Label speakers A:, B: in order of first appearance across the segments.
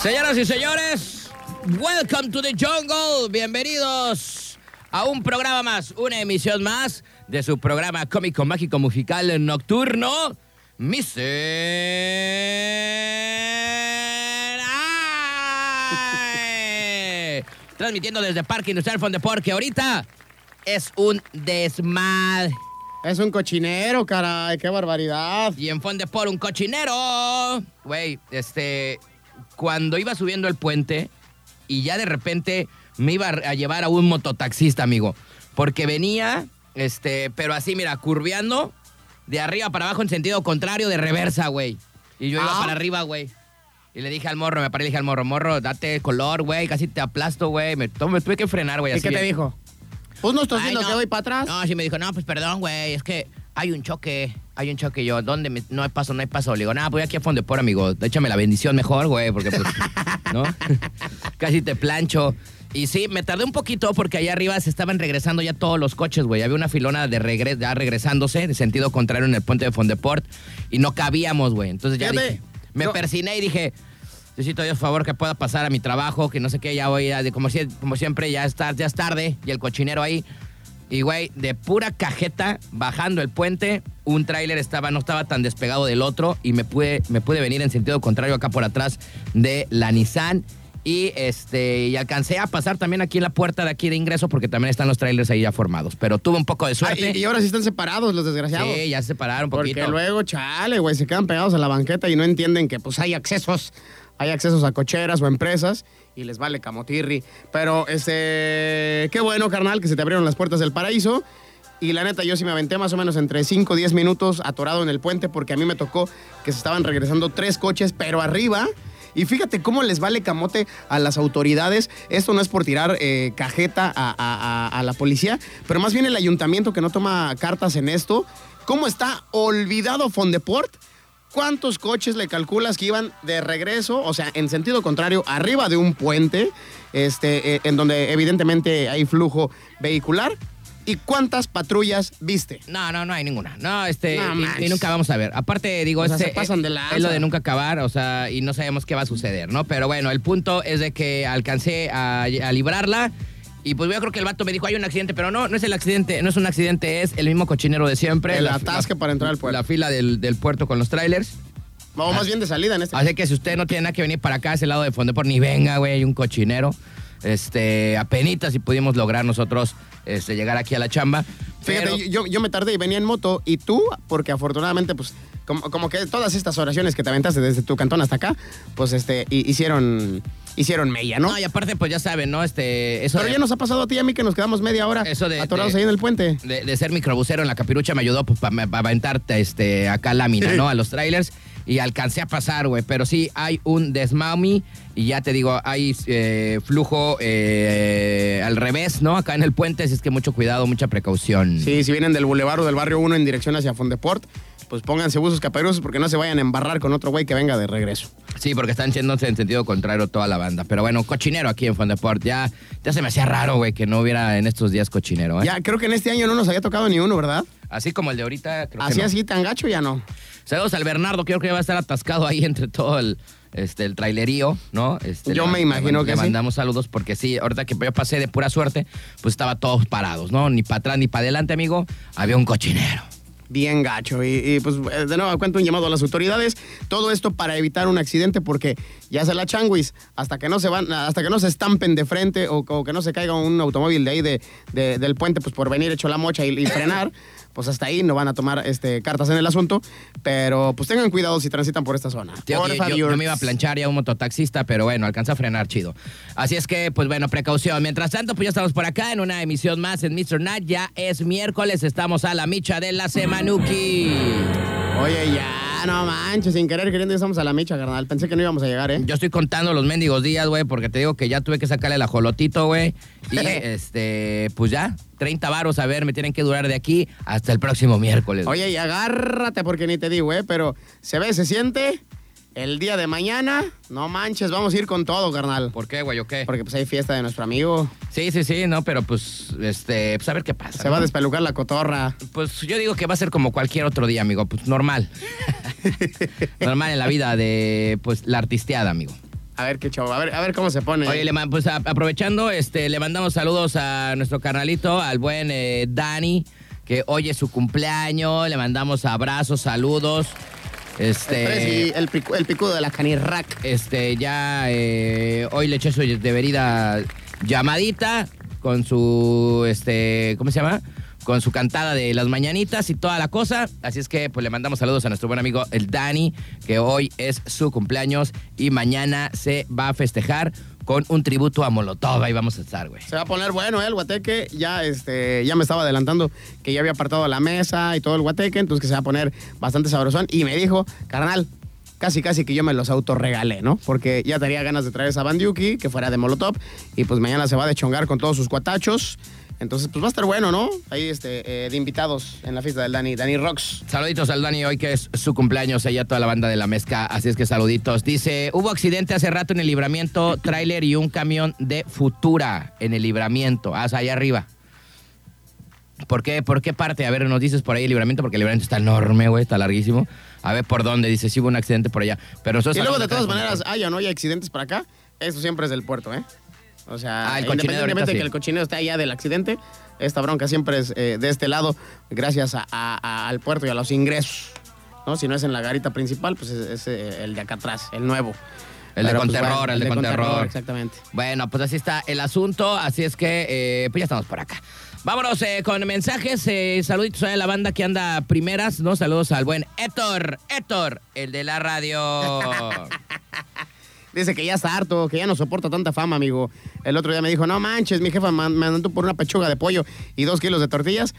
A: Señoras y señores, welcome to the jungle. Bienvenidos a un programa más, una emisión más de su programa cómico, mágico, musical nocturno, Mr. Ae. Transmitiendo desde Parque Industrial Fondeport, que ahorita es un desmadre.
B: Es un cochinero, caray, qué barbaridad.
A: Y en Fondeport, un cochinero. Güey, este. Cuando iba subiendo el puente y ya de repente me iba a llevar a un mototaxista, amigo. Porque venía, este, pero así, mira, curveando de arriba para abajo en sentido contrario de reversa, güey. Y yo iba
B: Ah.
A: para arriba, güey. Y le dije al morro, me paré y le dije al morro, morro, date color, güey, casi te aplasto, güey. Me, to- me tuve que frenar, güey.
B: ¿Y
A: así
B: qué te
A: bien.
B: dijo? Pues Unos
A: Ay,
B: tocinos
A: no.
B: de hoy para atrás.
A: No, sí me dijo, no, pues perdón, güey, es que hay un choque, hay un choque. Y Yo, ¿dónde? me- no hay paso, no hay paso. Le digo, nada, voy aquí a fondo por, amigo. Échame la bendición mejor, güey, porque pues, ¿no? Casi te plancho. Y sí, me tardé un poquito porque allá arriba se estaban regresando ya todos los coches, güey. Había una filona de regres ya regresándose, de sentido contrario en el puente de Fondeport. Y no cabíamos, güey. Entonces ya
B: Fíjate,
A: dije, me
B: yo-
A: persiné y dije, Diosito, Dios, por favor, que pueda pasar a mi trabajo, que no sé qué, ya voy, ya de- como, si- como siempre, ya es, tar- ya es tarde, y el cochinero ahí. Y, güey, de pura cajeta, bajando el puente, un tráiler estaba, no estaba tan despegado del otro y me pude, me pude venir en sentido contrario acá por atrás de la Nissan. Y, este, y alcancé a pasar también aquí en la puerta de aquí de ingreso porque también están los trailers ahí ya formados. Pero tuve un poco de
B: Ah,
A: suerte.
B: y, y ahora sí están separados los desgraciados.
A: sí, ya se separaron un
B: Porque
A: poquito.
B: luego, chale, güey, se quedan pegados a la banqueta y no entienden que pues hay accesos. Hay accesos a cocheras o empresas y les vale camotirri. Pero, este, qué bueno, carnal, que se te abrieron las puertas del paraíso. Y la neta, yo sí me aventé más o menos entre 5 o 10 minutos atorado en el puente porque a mí me tocó que se estaban regresando tres coches, pero arriba. Y fíjate cómo les vale camote a las autoridades. Esto no es por tirar eh, cajeta a, a- a- a la policía, pero más bien el ayuntamiento que no toma cartas en esto. ¿Cómo está olvidado Fondeport? ¿Cuántos coches le calculas que iban de regreso, o sea, en sentido contrario, arriba de un puente, este, eh, en donde evidentemente hay flujo vehicular? ¿Y cuántas patrullas viste?
A: No, no, no hay ninguna. No, este,
B: No
A: y- y,
B: manches.
A: nunca vamos a ver. Aparte, digo,
B: O sea,
A: este,
B: se pasan de
A: es-
B: lanza.
A: es lo de nunca acabar, o sea, y no sabemos qué va a suceder, ¿no? Pero bueno, el punto es de que alcancé a, a librarla y pues yo creo que el vato me dijo, hay un accidente, pero no, no es el accidente, no es un accidente, es el mismo cochinero de siempre.
B: El
A: La-
B: atasque
A: la-
B: para entrar al puerto.
A: La fila del, del puerto con los trailers.
B: O más bien de salida en este
A: Así que si usted no tiene nada que venir para acá, ese lado de fondo, por ni venga, güey, hay un cochinero. Este, apenitas si pudimos lograr nosotros este, llegar aquí a la chamba.
B: Fíjate,
A: pero-
B: yo, yo me tardé y venía en moto y tú, porque afortunadamente, pues, como, como que todas estas oraciones que te aventaste desde tu cantón hasta acá, pues, este, hi- hicieron, hicieron mella, ¿no?
A: No, y aparte, pues ya saben, ¿no? Este, eso
B: Pero
A: de,
B: ya nos ha pasado a ti y a mí que nos quedamos media hora
A: Eso de-
B: atorados
A: de-
B: ahí en el puente.
A: de- de ser microbusero en la capirucha me ayudó pues, para aventarte este, acá lámina, ¿no? A los trailers. Y alcancé a pasar, güey. Pero sí, hay un desmami. Y ya te digo, hay eh, flujo eh, al revés, ¿no? Acá en el puente. Así es que mucho cuidado, mucha precaución.
B: Sí, si vienen del bulevar o del barrio 1 en dirección hacia Fondeport, pues pónganse buzos caperuzos porque no se vayan a embarrar con otro güey que venga de regreso.
A: Sí, porque están yéndose en sentido contrario toda la banda. Pero bueno, cochinero aquí en Fondeport. Ya, ya se me hacía raro, güey, que no hubiera en estos días cochinero, ¿eh?
B: Ya, creo que en este año no nos había tocado ni uno, ¿verdad?
A: Así como el de ahorita. Creo que
B: así,
A: no.
B: así, tan gacho ya no.
A: Saludos al Bernardo, creo que va a estar atascado ahí entre todo el, este, el trailerío, ¿no? Este,
B: Yo me imagino
A: le
B: que
A: Le
B: sí.
A: mandamos saludos porque sí, ahorita que yo pasé de pura suerte, pues estaba todos parados, ¿no? Ni para atrás ni para adelante, amigo. Había un cochinero.
B: Bien gacho. Y, y, pues eh, de nuevo cuento un llamado a las autoridades. Todo esto para evitar un accidente porque ya se la changuis. Hasta que no se van, hasta que no se estampen de frente o, o que no se caiga un automóvil de ahí de, de- del puente, pues por venir hecho la mocha y, y frenar, pues hasta ahí no van a tomar este, cartas en el asunto. Pero pues tengan cuidado si transitan por esta zona.
A: Tío,
B: Por
A: que yo,
B: favor.
A: yo me iba a planchar ya un mototaxista, pero bueno, alcanza a frenar chido. Así es que, pues bueno, precaución. Mientras tanto, pues ya estamos por acá en una emisión más en Mr. Night. Ya es miércoles, estamos a la micha de la Semanuki.
B: Oye, ya, no manches, sin querer queriendo ya estamos a la mecha, carnal. Pensé que no íbamos a llegar, ¿eh?
A: Yo estoy contando los mendigos días, güey, porque te digo que ya tuve que sacarle el ajolotito, güey. Y este, pues ya, 30 varos, a ver, me tienen que durar de aquí hasta el próximo miércoles.
B: Oye, y agárrate porque ni te digo, ¿eh? Pero se ve, se siente. El día de mañana, no manches, vamos a ir con todo, carnal.
A: ¿Por qué, güey, o qué?
B: Porque pues hay fiesta de nuestro amigo.
A: Sí, sí, sí, no, pero pues, este, pues a ver qué pasa.
B: Se va a
A: ¿no?
B: despelucar la cotorra.
A: Pues yo digo que va a ser como cualquier otro día, amigo, pues normal. normal en la vida de, pues, la artisteada, amigo.
B: A ver qué chavo, a ver, a ver cómo se pone.
A: Oye, le man- pues a- aprovechando, este, le mandamos saludos a nuestro carnalito, al buen eh, Dani, que hoy es su cumpleaños. Le mandamos abrazos, saludos.
B: el, Prezi,
A: Este,
B: el, picu- el picudo de la canirrac.
A: este ya eh, hoy le eché su deberida llamadita con su, este, ¿cómo se llama? Con su cantada de las mañanitas y toda la cosa. Así es que, pues le mandamos saludos a nuestro buen amigo el Dani, que hoy es su cumpleaños y mañana se va a festejar con un tributo a Molotov. Ahí vamos a estar, güey.
B: Se va a poner bueno eh, el guateque. Ya, este, ya me estaba adelantando que ya había apartado la mesa y todo el guateque, entonces que se va a poner bastante sabrosón. Y me dijo, carnal, casi casi que yo me los autorregalé, ¿no? Porque ya tenía ganas de traer esa bandiuki, que fuera de Molotov, y pues mañana se va a deschongar con todos sus cuatachos. Entonces, pues va a estar bueno, ¿no? Ahí, este, eh, de invitados en la fiesta del Dani, Dani Rocks.
A: Saluditos al Dani, hoy que es su cumpleaños, ella toda la banda de la mezca, así es que saluditos. Dice, hubo accidente hace rato en el libramiento, tráiler y un camión de Futura en el libramiento, hasta allá arriba. ¿Por qué? ¿Por qué parte? A ver, nos dices por ahí el libramiento, porque el libramiento está enorme, güey, está larguísimo. A ver por dónde, dice, sí hubo un accidente por allá. Pero nosotros
B: Y luego, de
A: hablamos
B: todas
A: acá
B: maneras, haya o no haya accidentes para acá, eso siempre es del puerto, ¿eh? O sea,
A: Ah, el cochinero
B: independientemente
A: ahorita
B: de que
A: sí.
B: el cochinero esté allá del accidente, esta bronca siempre es eh, de este lado, gracias a- a- a- al puerto y a los ingresos. ¿no? Si no es en la garita principal, pues es, es, eh, el de acá atrás, el nuevo.
A: El de
B: Pero, pues,
A: Conterror,
B: bueno,
A: el de Conterror.
B: Exactamente.
A: Bueno, pues así está el asunto, así es que eh, pues ya estamos por acá. Vámonos eh, con mensajes, eh, saluditos a la banda que anda primeras, ¿no? Saludos al buen Héctor, Héctor, el de la radio.
B: Dice que ya está harto, que ya no soporta tanta fama, amigo. El otro día me dijo, no manches, mi jefa man- me mandó por una pechuga de pollo y dos kilos de tortillas.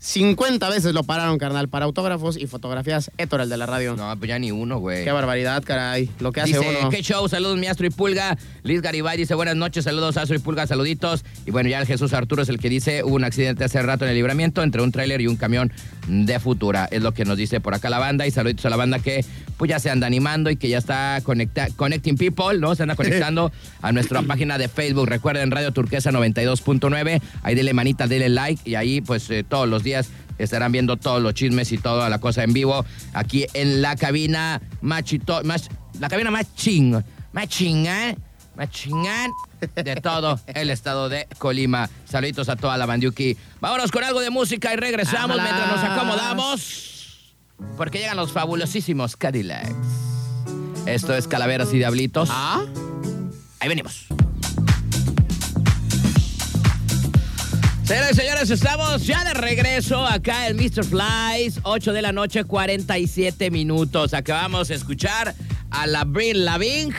B: 50 veces lo pararon, carnal, para autógrafos y fotografías. Héctor, el de la radio.
A: No, pues ya ni uno, güey.
B: Qué barbaridad, caray. Lo que hace
A: Dice,
B: uno.
A: qué show, saludos mi Astro y Pulga. Liz Garibay dice, buenas noches, saludos Astro y Pulga, saluditos. Y bueno, ya el Jesús Arturo es el que dice, hubo un accidente hace rato en el libramiento entre un tráiler y un camión de Futura. Es lo que nos dice por acá la banda y saluditos a la banda que pues ya se anda animando y que ya está conecta- connecting people, ¿no? Se anda conectando a nuestra página de Facebook. Recuerden, Radio Turquesa 92.9. Ahí dele manita, dele like y ahí pues eh, todos los días estarán viendo todos los chismes y toda la cosa en vivo aquí en la cabina machito, más, la cabina más ching, más chingán, más chingán de todo el estado de Colima. Saluditos a toda la bandiuki. Vámonos con algo de música y regresamos
B: Vámonos.
A: mientras nos acomodamos porque llegan los fabulosísimos Cadillacs. Esto es Calaveras y Diablitos.
B: ¿Ah?
A: Ahí venimos. Señoras y señores, estamos ya de regreso acá en Mr. Flies, 8 de la noche, 47 minutos. Acabamos de escuchar a la Brin Laving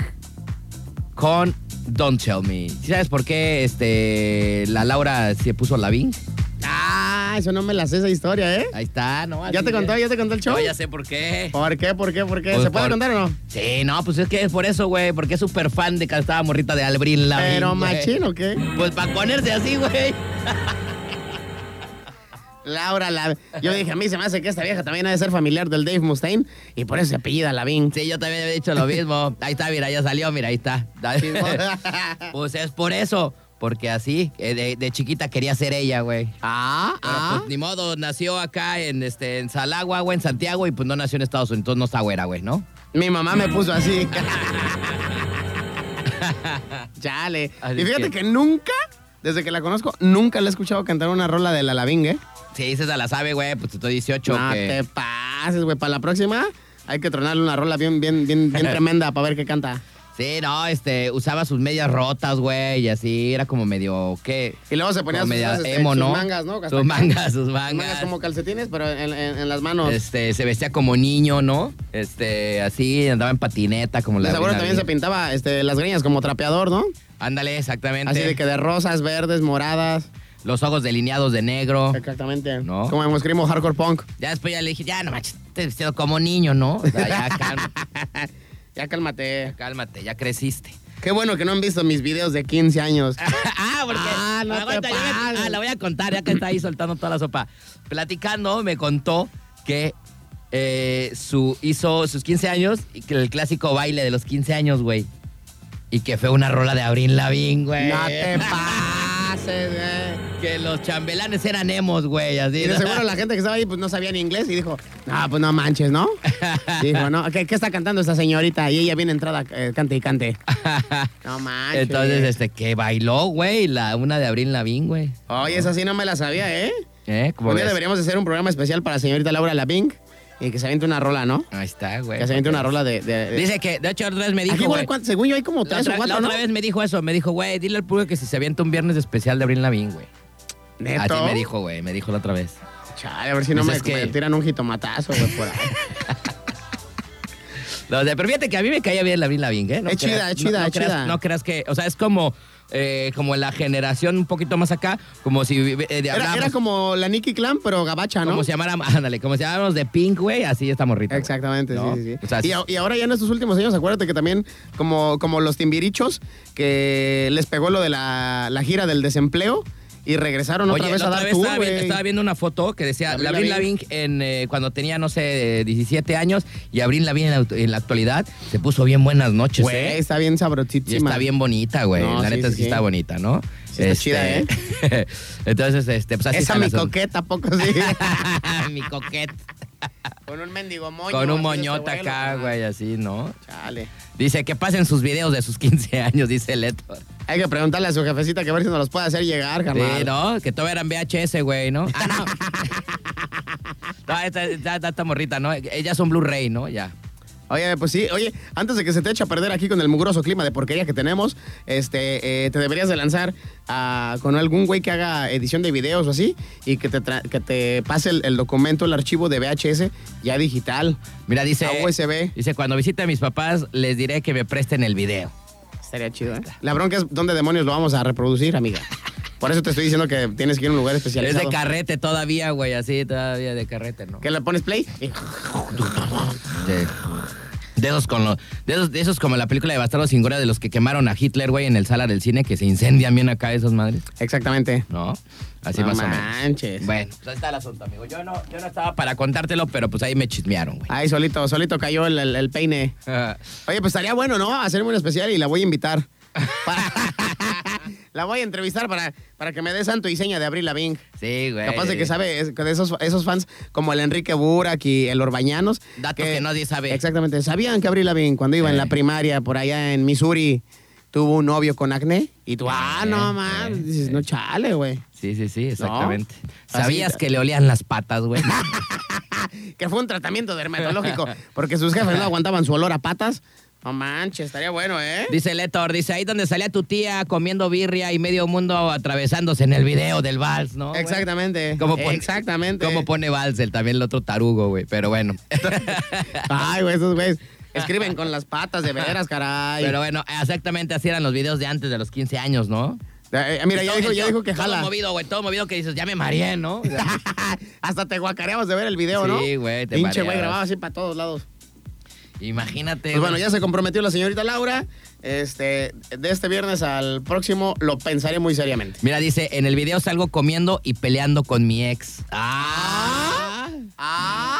A: con Don't Tell Me. ¿Sí ¿Sabes por qué este, la Laura se puso Laving?
B: Ah, eso no me la sé esa historia, ¿eh?
A: Ahí está, ¿no?
B: ¿Ya
A: Así
B: te contó,
A: que-
B: ya te contó el show?
A: Yo ya sé por qué.
B: ¿Por qué, por qué, por qué?
A: Pues
B: ¿Se puede
A: por-
B: contar o no?
A: Sí, no, pues es que es por eso, güey, porque es súper fan de que estaba morrita de Albrin Laving.
B: Pero
A: güey.
B: machín, ¿o qué?
A: Pues para ponerse así, güey.
B: Laura, la... yo dije, a mí se me hace que esta vieja también ha de ser familiar del Dave Mustaine y por eso se apellida Lavín.
A: Sí, yo también había dicho lo mismo. Ahí está, mira, ya salió, mira, ahí está. pues es por eso, porque así, eh, de, de chiquita quería ser ella, güey.
B: Ah,
A: Pero,
B: ah.
A: pues, ni modo, nació acá en, este, en Salagua, güey, en Santiago, y pues no nació en Estados Unidos, entonces no está güera, güey, ¿no?
B: Mi mamá me puso así. Chale.
A: Así
B: y fíjate
A: que-
B: que... nunca, desde que la conozco, nunca la he escuchado cantar una rola de la Lavín, ¿eh?
A: Si dices a la sabe, güey, pues estoy 18.
B: No
A: que-
B: te pases, güey. Para la próxima hay que tronarle una rola bien, bien, bien, bien tremenda para ver qué canta.
A: Sí, no, este, usaba sus medias rotas, güey, y así, era como medio, ¿qué?
B: Y luego se ponía
A: Como
B: sus,
A: media
B: este,
A: emo,
B: sus
A: ¿no?
B: mangas, ¿no? Hasta
A: Sus
B: acá.
A: mangas, sus
B: Sus
A: mangas.
B: como calcetines, pero en, en- en las manos.
A: Este, se vestía como niño, ¿no? Este, así, andaba en patineta, como la...
B: De seguro
A: Brin
B: también se
A: Lavin.
B: pintaba este, las greñas como trapeador, ¿no?
A: Ándale, exactamente.
B: Así de que de rosas, verdes, moradas.
A: Los ojos delineados de negro.
B: Exactamente.
A: No.
B: Como en escrimo hardcore punk.
A: Ya después ya le dije, ya no manches, te vestido como niño, ¿no? O sea, ya cálmate,
B: Ya cálmate.
A: cálmate, ya creciste.
B: Qué bueno que no han visto mis videos de 15 años.
A: ah, porque.
B: Ah, no te
A: aguanta, yo me-
B: pases.
A: ah, la voy a contar, ya que está ahí soltando toda la sopa. Platicando, me contó que eh, su, hizo sus 15 años y que el clásico baile de los 15 años, güey. Y que fue una rola de Abril Lavín, güey.
B: No te pases. sé. eh.
A: Que los chambelanes eran emos, güey. Así.
B: Y de seguro la gente que estaba ahí pues no sabía ni inglés y dijo, ah, pues no manches, ¿no? Dijo, no, ¿qué, qué está cantando esta señorita? Y ella viene entrada, eh, cante y cante. No manches.
A: Entonces, este, que bailó, güey, la una de Abril Lavín, güey.
B: Oye, esa sí no me la sabía, ¿eh?
A: ¿Eh? ¿Cómo
B: Un día
A: ves?
B: deberíamos hacer un programa especial para la señorita Laura Lapink y que se aviente una rola, ¿no?
A: Ahí está, güey.
B: Que se aviente una rola de... de- de-
A: Pues, Dice que, de hecho, otra vez me
B: Aquí,
A: dijo,
B: güey,
A: güey.
B: ¿cuánto? según yo hay como
A: La
B: tres o
A: otra, la
B: cuatro, ¿no?
A: otra vez me dijo eso, me dijo, güey, dile al público que si se avienta un viernes especial de Abril Lavín, güey.
B: ¿Neto?
A: Así me dijo, güey, me dijo la otra vez.
B: Chale, a ver si no
A: Pues
B: me,
A: es que-
B: me tiran un jitomatazo, güey, por ahí.
A: No, o sea, pero fíjate que a mí me caía bien la Abril Lavigne, ¿eh? No
B: Es
A: creas-
B: chida, es chida,
A: no, no
B: es
A: creas,
B: chida.
A: No creas que, o sea, es como, eh, como la generación un poquito más acá, como si eh, de-
B: Era,
A: habláramos-
B: era como la Nicky Clan, pero gabacha, ¿Ah, ¿no?
A: Como si llamáramos, ándale, como si llamáramos de Pink, güey, así está morrita. güey.
B: Exactamente,
A: ¿No?
B: sí, sí, sí.
A: O sea,
B: y, a- y ahora ya en estos últimos años, acuérdate que también, como, como los timbirichos, que les pegó lo de la, la gira del desempleo y regresaron otra
A: Oye,
B: vez
A: la
B: a
A: otra
B: dar
A: vez
B: tour,
A: estaba, vi-
B: güey.
A: estaba viendo una foto que decía
B: Avril
A: la Abril
B: Lavigne.
A: Lavigne en, eh, cuando tenía, no sé, 17 años y Abril Lavigne en, la aut- en la actualidad se puso bien buenas noches,
B: Güey,
A: ¿eh?
B: está bien
A: Y
B: sabrosísima.
A: está bien bonita, güey.
B: No,
A: la
B: sí,
A: neta
B: sí,
A: sí,
B: sí.
A: está bonita, ¿no?
B: Sí, está chida,
A: ¿eh? Entonces, este, pues así
B: Esa
A: está el
B: mi
A: asunto.
B: coqueta, ¿a poco sí.
A: mi coquet.
B: Con un mendigo moño.
A: Con un
B: así de
A: moñota
B: este
A: acá,
B: no,
A: güey, así, ¿no?
B: Chale.
A: Dice que pasen sus videos de sus 15 años, dice Leto.
B: Hay que preguntarle a su jefecita que a ver si nos los puede hacer llegar, carnal.
A: Sí, ¿no? Que todavía eran VHS, güey, ¿no? Ah, no. no, esta, esta- esta- esta morrita, ¿no? Ellas son Blu-ray, ¿no? Ya.
B: Oye, pues sí, oye, antes de que se te eche a perder aquí con el mugroso clima de porquería que tenemos, este, eh, te deberías de lanzar a- con algún güey que haga edición de videos o así y que te, tra- que te pase el, el documento, el archivo de VHS ya digital.
A: Mira, dice.
B: A USB.
A: Dice, cuando visite a mis papás, les diré que me presten el video.
B: Estaría chido, ¿eh? La bronca es dónde demonios lo vamos a reproducir, amiga. Por eso te estoy diciendo que tienes que ir a un lugar
A: Es
B: especializado.
A: de carrete todavía, güey, así, todavía de carrete, ¿no?
B: que le pones play. y-
A: De, de esos con los. De esos, de esos como la película de Bastardos sin Gloria de los que quemaron a Hitler, güey, en el sala del cine, que se incendian bien acá esas madres.
B: Exactamente.
A: ¿No? Así
B: No
A: más o
B: manches.
A: menos. Bueno, pues ahí está el asunto, amigo. Yo no, yo no estaba para contártelo, pero pues ahí me chismearon, güey.
B: Ahí solito, solito cayó el- el- el peine. Oye, pues estaría bueno, ¿no? Hacerme un especial y la voy a invitar. Para- la voy a entrevistar para, para que me dé santo y seña de Abril Lavigne.
A: Sí, güey.
B: Capaz de que sabe es- que de esos, esos fans como el Enrique Burak y el Orbañanos.
A: Datos que nadie sabe.
B: Exactamente. ¿Sabían que Abril Lavigne cuando iba en
A: Eh.
B: la primaria por allá en Missouri tuvo un novio con acné? Y tú, ah,
A: Eh,
B: no,
A: eh,
B: man. Dices, no, chale, güey.
A: Sí, sí, sí, exactamente.
B: Así-
A: ¿Sabías que le olían las patas, güey?
B: Que fue un tratamiento dermatológico porque sus jefes no aguantaban su olor a patas. No manches, estaría bueno, ¿eh?
A: dice Letor, dice, ahí donde salía tu tía comiendo birria y medio mundo atravesándose en el video del vals, ¿no? güey?
B: Exactamente.
A: Como pon-
B: Exactamente.
A: Como pone vals el también el otro tarugo, güey, pero bueno.
B: Ay, güey, esos güeyes escriben con las patas de veras, caray.
A: Pero bueno, exactamente así eran los videos de antes, de los 15 años, ¿no?
B: Eh, eh, mira, ya
A: Todo-
B: dijo, ya
A: todo-
B: dijo que jala.
A: Todo movido, güey, todo movido que dices, ya me mareé, ¿no? O sea,
B: Hasta te guacareabas de ver el video,
A: Sí,
B: ¿no?
A: güey, te
B: Pinche güey,
A: mareabas.
B: grababa así para todos lados.
A: Imagínate.
B: Pues bueno,
A: güey.
B: ya se comprometió la señorita Laura. Este, de este viernes al próximo lo pensaré muy seriamente.
A: Mira, dice, en el video salgo comiendo y peleando con mi ex. ¡Ah!
B: Ah,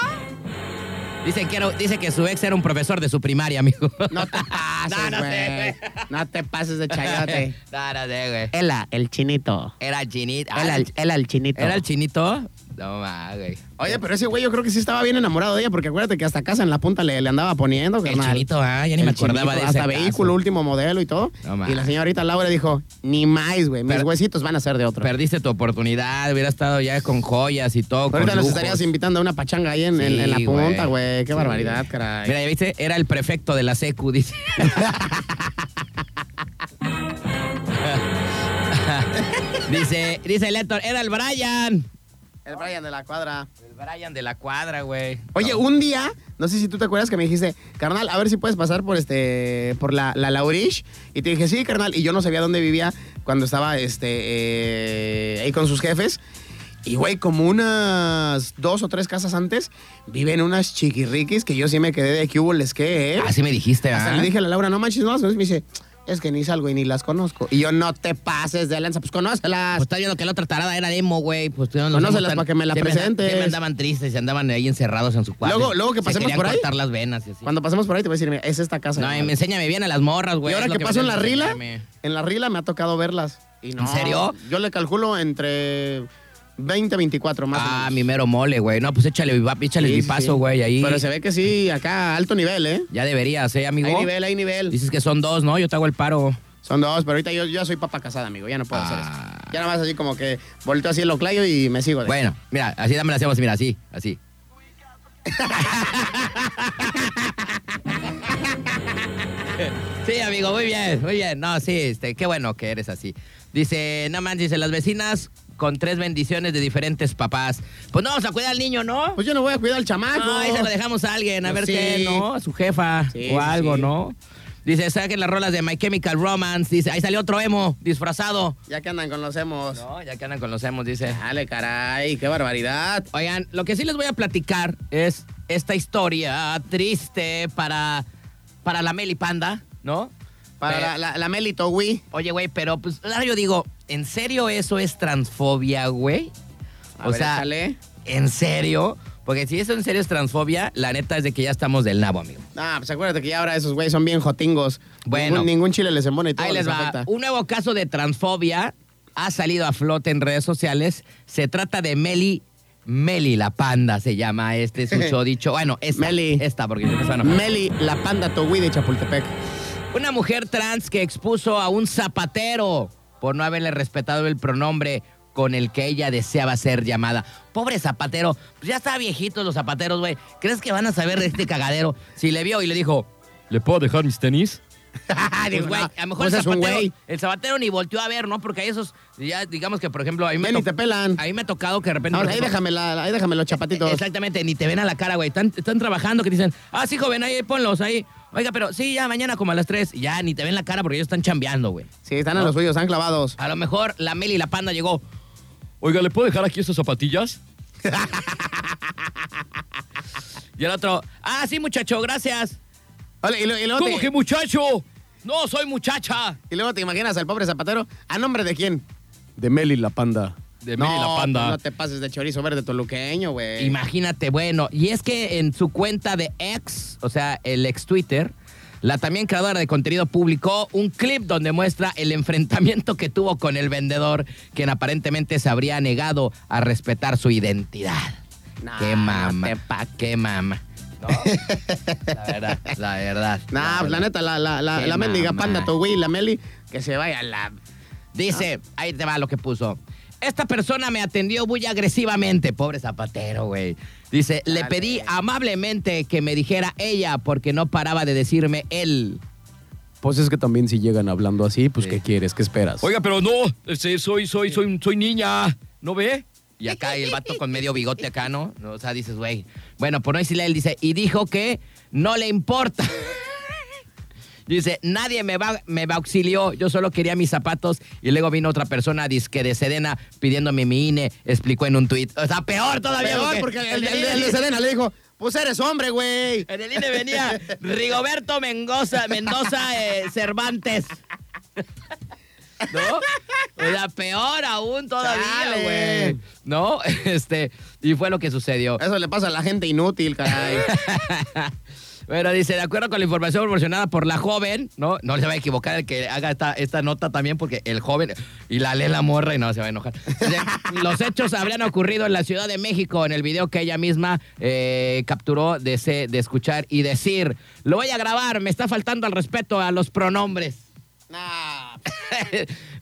A: Dicen que era- dice que su ex era un profesor de su primaria, amigo.
B: no te pases,
A: No, no sé,
B: güey.
A: Ah, güey.
B: No te pases de chayote.
A: no, no sé, güey.
B: Ela, el chinito.
A: Era el chinito. Ah,
B: Ela,
A: el-
B: ela, el chinito.
A: ¿Era el chinito? No, ma, güey.
B: Oye, pero ese güey yo creo que sí estaba bien enamorado de ella, porque acuérdate que hasta casa en la punta le, le andaba poniendo,
A: El
B: carnal.
A: chinito, ah, ya ni
B: El
A: me acordaba
B: chinito,
A: de ese
B: Hasta
A: caso.
B: vehículo, último modelo y todo.
A: No mames.
B: y la señorita Laura dijo, ni más, güey, mis
A: Per-
B: huesitos van a ser de otro.
A: Perdiste tu oportunidad, hubiera estado ya con joyas y todo.
B: Ahorita
A: con
B: nos
A: lujos.
B: estarías invitando a una pachanga ahí en, en- en la
A: Sí,
B: punta, güey.
A: Sí.
B: Qué barbaridad, caray.
A: Mira, ya viste, era el prefecto de la secu, dice. dice, dice el Héctor, era el Brian.
B: El Brian de la cuadra.
A: El Brian de la cuadra, güey.
B: Oye, un día, no sé si tú te acuerdas que me dijiste, carnal, a ver si puedes pasar por este, por la, la Laurish. Y te dije, sí, carnal. Y yo no sabía dónde vivía cuando estaba este, eh, ahí con sus jefes. Y, güey, como unas dos o tres casas antes, viven unas chiquirriquis que yo sí me quedé de que hubo les que, ¿eh?
A: Así me dijiste,
B: Hasta
A: ¿ah?
B: le dije a la Laura, no manches, no las conoces". Me dice, es que ni salgo y ni las conozco. Y yo, no te pases de lanza, pues conócelas.
A: Pues estás viendo que la otra tarada era demo, güey. Pues tú no
B: Conócelas
A: somos tan-
B: pa' que me la
A: siempre andan-
B: presentes.
A: Siempre andaban tristes y andaban ahí encerrados en su cuarto.
B: Luego- luego que
A: Se
B: pasemos
A: querían
B: por ahí.
A: cortar las venas y así.
B: Cuando pasemos por ahí te voy a decir, mira, es esta casa.
A: No, y
B: carnal".
A: me enséñame bien a las morras, güey.
B: y ahora
A: es lo
B: que, paso en
A: me
B: la
A: tienes
B: rila,
A: enseñarme.
B: en la rila me ha tocado verlas. Y no,
A: ¿En serio?
B: Yo le calculo entre 20, 24 más o
A: ah,
B: menos.
A: mi mero mole, güey. No, pues échale, viva- échale
B: Sí,
A: el
B: sí,
A: paso,
B: sí.
A: güey. Ahí
B: Pero se ve que sí, acá alto nivel, ¿eh?
A: ya deberías, ¿eh, amigo?
B: Hay nivel, hay nivel.
A: Dices que son dos, ¿no? Yo te hago el paro.
B: Son dos, pero ahorita yo yo ya soy papa casada, amigo. Ya no puedo hacer
A: Ah.
B: eso. Ya nada más así como que volteo así el oclayo y me sigo. de-
A: Bueno, mira, así dame la hacemos, mira, así, así. Sí, amigo, muy bien, muy bien. No, sí, este, qué bueno que eres así. Dice, no manches, dice, las vecinas con tres bendiciones de diferentes papás. Pues no, vamos a cuidar al niño, ¿no?
B: Pues yo no voy a cuidar al chamaco.
A: ah, No, ahí se lo dejamos a alguien, a
B: Pues
A: ver
B: sí.
A: qué, ¿no? A su jefa
B: Sí,
A: o
B: sí,
A: algo,
B: sí.
A: ¿no? Dice, saquen las rolas de My Chemical Romance. Dice, ahí salió otro emo, disfrazado.
B: Ya que andan con los hemos.
A: No, ya que andan con los emos, dice.
B: Dale, caray, qué barbaridad.
A: Oigan, lo que sí les voy a platicar es esta historia triste para, para la Meli Panda, ¿no?
B: Para
A: Pero-
B: la, la, la Melito, güey.
A: Oye, güey, pero pues ahora yo digo, ¿en serio eso es transfobia, güey?
B: A
A: O
B: ver,
A: sea,
B: échale.
A: ¿en serio? Porque si eso en serio es transfobia, la neta es de que ya estamos del nabo, amigo.
B: Ah, pues acuérdate que ya ahora esos güeyes son bien jotingos.
A: Bueno.
B: Ningún, ningún chile les embona y todo
A: Ahí les
B: les
A: va. Uh,
B: afecta.
A: Un nuevo caso de transfobia ha salido a flote en redes sociales. Se trata de Meli. Meli la panda se llama este susodicho. Bueno, esta.
B: Meli.
A: Esta, porque se van a enojar.
B: Meli, la panda Togui de Chapultepec.
A: Una mujer trans que expuso a un zapatero por no haberle respetado el pronombre con el que ella deseaba ser llamada. Pobre zapatero, pues ya está viejitos los zapateros, güey. ¿Crees que van a saber de este cagadero? Si le vio y le dijo, ¿le puedo dejar mis tenis? Pues, güey, a lo mejor
B: Pues
A: el,
B: es un
A: zapatero,
B: güey.
A: el zapatero ni volteó a ver, ¿no? Porque hay esos, ya digamos que, por ejemplo, a mí me,
B: Ven y
A: to-
B: te pelan.
A: a mí me ha tocado que de repente...
B: Ahora,
A: por
B: ahí
A: ejemplo, e-,
B: déjame, la, ahí déjame los chapatitos.
A: Exactamente, ni te ven a la cara, güey. Están, están trabajando que te dicen, ah, sí, joven, ahí ponlos, ahí. Oiga, pero sí, ya mañana como a las 3. Ya ni te ven la cara porque ellos están chambeando, güey.
B: Sí, están en los suyos, están clavados.
A: A lo mejor la Meli y la Panda llegó.
C: Oiga, ¿le puedo dejar aquí estas zapatillas?
A: Y el otro, ah, sí, muchacho, gracias.
B: Ole, y, lo- y luego
C: ¿Cómo
B: te,
C: que muchacho?
A: No, soy muchacha.
B: y luego te imaginas al pobre zapatero. ¿A nombre de quién? De Meli la panda.
C: De Meli la Panda.
B: No te pases de chorizo verde toluqueño, güey.
A: Imagínate, bueno. Y es que en su cuenta de ex, o sea, el ex Twitter, la también creadora de contenido publicó un clip donde muestra el enfrentamiento que tuvo con el vendedor, quien aparentemente se habría negado a respetar su identidad.
B: Nah,
A: qué mama,
B: no te
A: qué mama. la verdad, la verdad.
B: Nah, pues
A: verdad.
B: la neta, la, la, la,
A: Qué
B: la mendiga
A: mamá.
B: panda Togui, la Meli, que se vaya a la...
A: Dice, ahí te va lo que puso. Esta persona me atendió muy agresivamente, pobre zapatero, güey. Dice, le
B: Dale.
A: pedí amablemente que me dijera ella porque no paraba de decirme él.
D: Pues es que también si llegan hablando así, pues
A: Sí.
D: ¿qué quieres? ¿Qué esperas?
C: Oiga, pero no, este, soy, soy, soy, soy niña, ¿no ve?
A: Y acá el vato con medio bigote acá, ¿no? O sea, dices, güey. Bueno, por no decirle a él, dice, y dijo que no le importa. dice, nadie me va, me va auxilió, yo solo quería mis zapatos. Y luego vino otra persona, disque de Sedena, pidiéndome mi INE, explicó en un tuit. O sea, peor todavía.
B: Peor, porque el, el- el de Serena le dijo, pues eres hombre, güey.
A: En el INE venía Rigoberto Mendoza, Mendoza eh, Cervantes. ¿No? O sea, peor aún todavía,
B: Chale.
A: güey. ¿No? Este, y fue lo que sucedió.
B: Eso le pasa a la gente inútil, caray.
A: Bueno, dice, de acuerdo con la información proporcionada por la joven, ¿no? No se va a equivocar el que haga esta, esta nota también, porque el joven. Y la lee la morra y no se va a enojar. Dice, los hechos habrían ocurrido en la Ciudad de México, en el video que ella misma eh, capturó de, se- de escuchar y decir. Lo voy a grabar, me está faltando al respeto a los pronombres.
B: Nah, o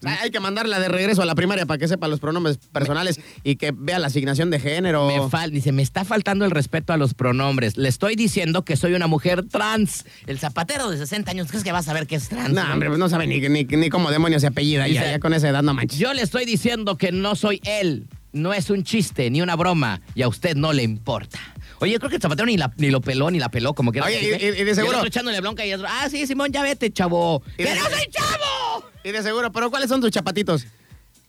B: sea, hay que mandarla de regreso a la primaria para que sepa los pronombres personales y que vea la asignación de género.
A: Me fal- dice, me está faltando el respeto a los pronombres. Le estoy diciendo que soy una mujer trans. El zapatero de 60 años, ¿crees que va a saber que es trans?
B: no, hombre, pues no sabe ni, ni, ni cómo demonios se apellida.
A: Dice-
B: Ya, ya con esa edad no manches.
A: Yo le estoy diciendo que no soy él. No es un chiste ni una broma. Y a usted no le importa. Oye, yo creo que el zapatero ni, la- ni lo peló, ni la peló, como que era.
B: Oye,
A: así,
B: y-
A: ¿eh?
B: y- y de
A: el
B: seguro-
A: otro echándole bronca y el otro, ah, sí, Simón, ya vete, chavo.
B: Y
A: ¡Que
B: de-
A: no soy chavo!
B: Y de seguro, pero ¿cuáles son tus chapatitos?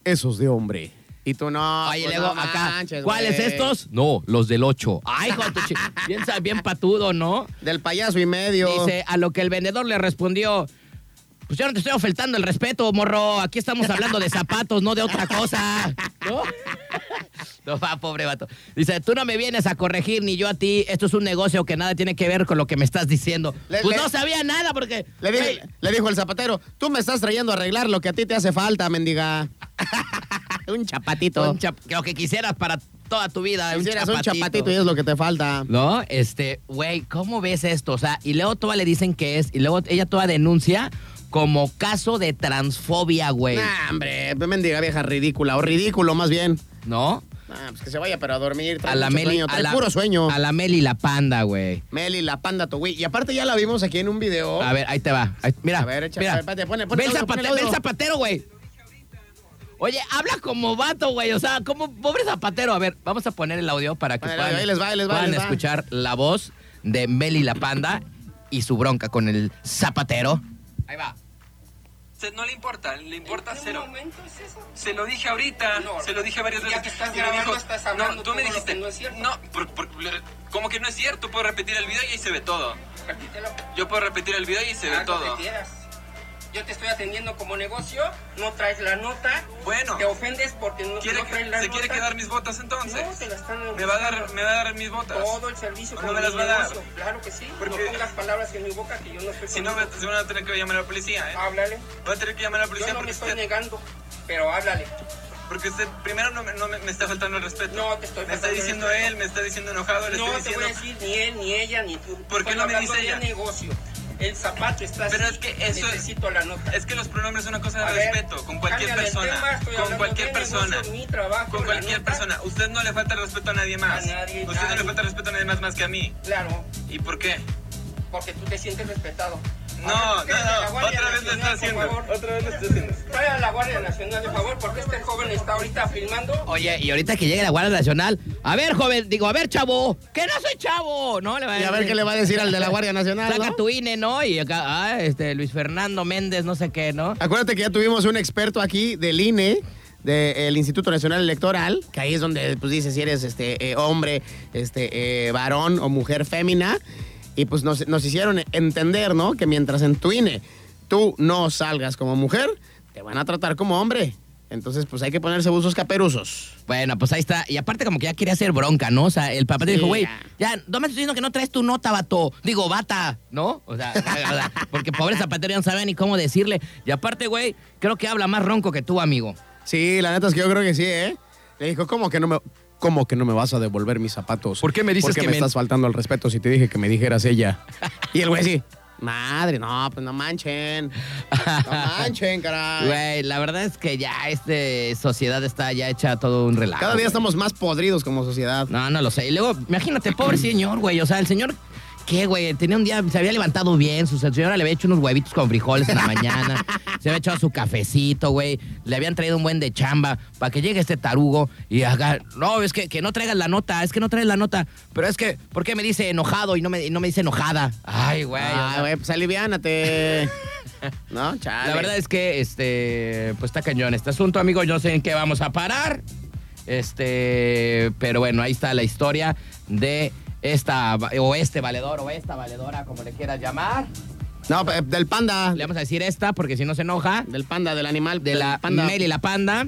D: Esos de hombre.
B: Y tú no.
A: Oye,
B: pues
A: luego
B: no
A: acá,
B: manches,
A: ¿cuáles
B: güey.
A: estos? No, los del 8. Ay, hijo de tu chi- bien, sa- bien patudo, ¿no?
B: Del payaso y medio.
A: Dice, a lo que el vendedor le respondió, Pues yo no te estoy ofertando el respeto, morro. Aquí estamos hablando de zapatos, no de otra cosa. ¿No? No va, pobre vato. Dice, tú no me vienes a corregir ni yo a ti. Esto es un negocio que nada tiene que ver con lo que me estás diciendo.
B: Le-
A: pues
B: le-
A: no sabía nada porque...
B: Le, di-
A: güey,
B: le dijo el zapatero, tú me estás trayendo a arreglar lo que a ti te hace falta, mendiga. un chapatito.
A: un chap- lo que quisieras para toda tu vida. un
B: Quisieras un chapatito y es lo que te falta.
A: ¿No? Este, güey, ¿cómo ves esto? O sea, y luego toda le dicen que es, y luego ella toda denuncia como caso de transfobia, güey.
B: Nah, hombre, pues, mendiga vieja ridícula, o ridículo más bien.
A: ¿no?
B: Ah, pues que se vaya, pero a dormir. trae
A: A la
B: mucho
A: Meli.
B: sueño,
A: A
B: trae
A: la,
B: puro sueño.
A: A la Meli la panda, güey.
B: Meli, la panda, tu güey. Y aparte ya la vimos aquí en un video.
A: A ver, ahí te va. Ahí- mira.
B: Oh. A ver, echa-
A: mira.
B: a ver, espérate, pone- pone
A: ve, el
B: el audio, pone el
A: zapate- ve el
B: audio.
A: zapatero, güey. Oye, habla como vato, güey. O sea, como pobre zapatero. A ver, vamos a poner el audio para que
B: Ponle el
A: puedan,
B: audio, ahí les va, ahí les va, ahí
A: puedan
B: les va.
A: escuchar la voz de Meli la panda y su bronca con el zapatero. Ahí va.
E: Se- no le importa, le importa cero. Se lo dije ahorita, se lo dije varias
F: ya
E: veces.
F: que estás
E: Y me
F: grabando,
E: dijo,
F: estás hablando
E: No, tú me
F: todo lo
E: dijiste,
F: que no es cierto".
E: no, por- por- como que no es cierto, puedo repetir el video y ahí se ve todo. Yo puedo repetir el video y ahí se ve
F: Haz lo
E: todo.
F: que quieras. Yo te estoy atendiendo como negocio, no traes la nota.
E: Bueno.
F: Te ofendes porque no,
E: ¿Quiere
F: no
E: que-
F: traes la
E: ¿Se
F: nota.
E: quiere quedar mis botas entonces?
F: No, te la están
E: Me va a dar, me va a dar mis botas.
F: todo el servicio
E: No
F: como
E: me las va a dar.
F: negocio. Claro que sí.
E: Porque-
F: No pongas palabras en mi boca que yo no estoy
E: Si no, me,
F: conmigo.
E: se van a tener que llamar a la policía, ¿eh?
F: Háblale.
E: Voy a tener que llamar a la
F: Ah. Yo
E: policía
F: no me
E: porque
F: estoy
E: usted,
F: negando, pero háblale.
E: porque usted primero no, me, no me, me está faltando el respeto.
F: No, te estoy
E: Me está
F: faltando el
E: diciendo
F: respeto.
E: él, me está diciendo enojado, le
F: No
E: estoy
F: te voy
E: diciendo...
F: a decir ni él, ni ella, ni tú.
E: ¿Por qué
F: Estoy
E: no me
F: hablando
E: dice
F: de
E: ella?
F: negocio. El zapato está
E: Pero
F: así,
E: es que eso-
F: Necesito la nota.
E: Es que los pronombres son una cosa de
F: A ver,
E: respeto con cualquier
F: cámbiale el tema,
E: persona,
F: estoy
E: con
F: hablando
E: cualquier
F: de
E: persona,
F: negocios, mi trabajo,
E: con
F: la
E: cualquier
F: nota.
E: persona. Usted no le falta el respeto a nadie más.
F: A nadie,
E: Usted no
F: nadie.
E: le falta el respeto a nadie más más que a mí.
F: Claro,
E: ¿Y por qué?
F: porque tú te sientes respetado. A
E: No, no,
F: ver, tráela a la
E: no,
F: Guardia
E: otra vez lo está
F: Nacional, por
E: haciendo.
F: favor.
E: Otra vez lo está haciendo.
F: Trae a la Guardia Nacional, de favor, porque este joven está ahorita filmando.
A: Oye, y ahorita que llegue la Guardia Nacional, a ver, joven, digo, a ver, chavo, que no soy chavo, ¿no? Le va
B: Y a ver qué le va a decir al de la Guardia Nacional,
A: Saca
B: ¿no?
A: tu INE, ¿no? Y acá, ah, este, Luis Fernando Méndez, no sé qué, ¿no?
B: Acuérdate que ya tuvimos un experto aquí del INE, del Instituto Nacional Electoral, que ahí es donde pues, dice si eres este eh, hombre, este eh, varón o mujer fémina. Y pues nos, nos hicieron entender, ¿no? Que mientras en tu INE tú no salgas como mujer, te van a tratar como hombre. Entonces, pues hay que ponerse buzos caperuzos.
A: Bueno, pues ahí está. Y aparte, como que ya quería hacer bronca, ¿no? O sea, el papá te
B: Sí,
A: dijo, güey,
B: ya.
A: ya, no me estoy diciendo que no traes tu nota, vato. Digo, bata, ¿no? O sea, o sea, porque pobre zapatero ya no sabe ni cómo decirle. Y aparte, güey, creo que habla más ronco que tú, amigo.
B: Sí, la neta es que yo creo que sí, ¿eh?
D: Le dijo, ¿cómo que no me, cómo que no me vas a devolver mis zapatos?
C: ¿Por qué me dices
D: ¿Por qué
C: que
D: me
C: me-
D: estás faltando al respeto si te dije que me dijeras ella?
B: Y el güey sí. Madre, no, pues no manchen. No manchen, caray.
A: Güey, la verdad es que ya este sociedad está ya hecha todo un relajo.
B: Cada
A: güey.
B: día estamos más podridos como sociedad.
A: No, no lo sé. Y luego, imagínate, pobre señor, güey. O sea, el señor, ¿qué, güey? Tenía un día, se había levantado bien. Su señora le había hecho unos huevitos con frijoles en la mañana. se había echado su cafecito, güey. Le habían traído un buen de chamba para que llegue este tarugo y haga. No, es que, que no traigas la nota, es que no traes la nota. Pero es que, ¿por qué me dice enojado y no me, y no me dice enojada? Ay, güey. o
B: Ay,
A: sea,
B: güey, pues aliviánate. no, chale.
A: La verdad es que, este, pues está cañón este asunto, amigo. Yo no sé en qué vamos a parar. Este, pero bueno, ahí está la historia de esta, va- o este valedor, o esta valedora, como le quieras llamar.
B: No, pe- del panda.
A: Le vamos a decir esta, porque si no se enoja,
B: Del panda, del animal.
A: de
B: del
A: la
B: panda.
A: Meli la panda.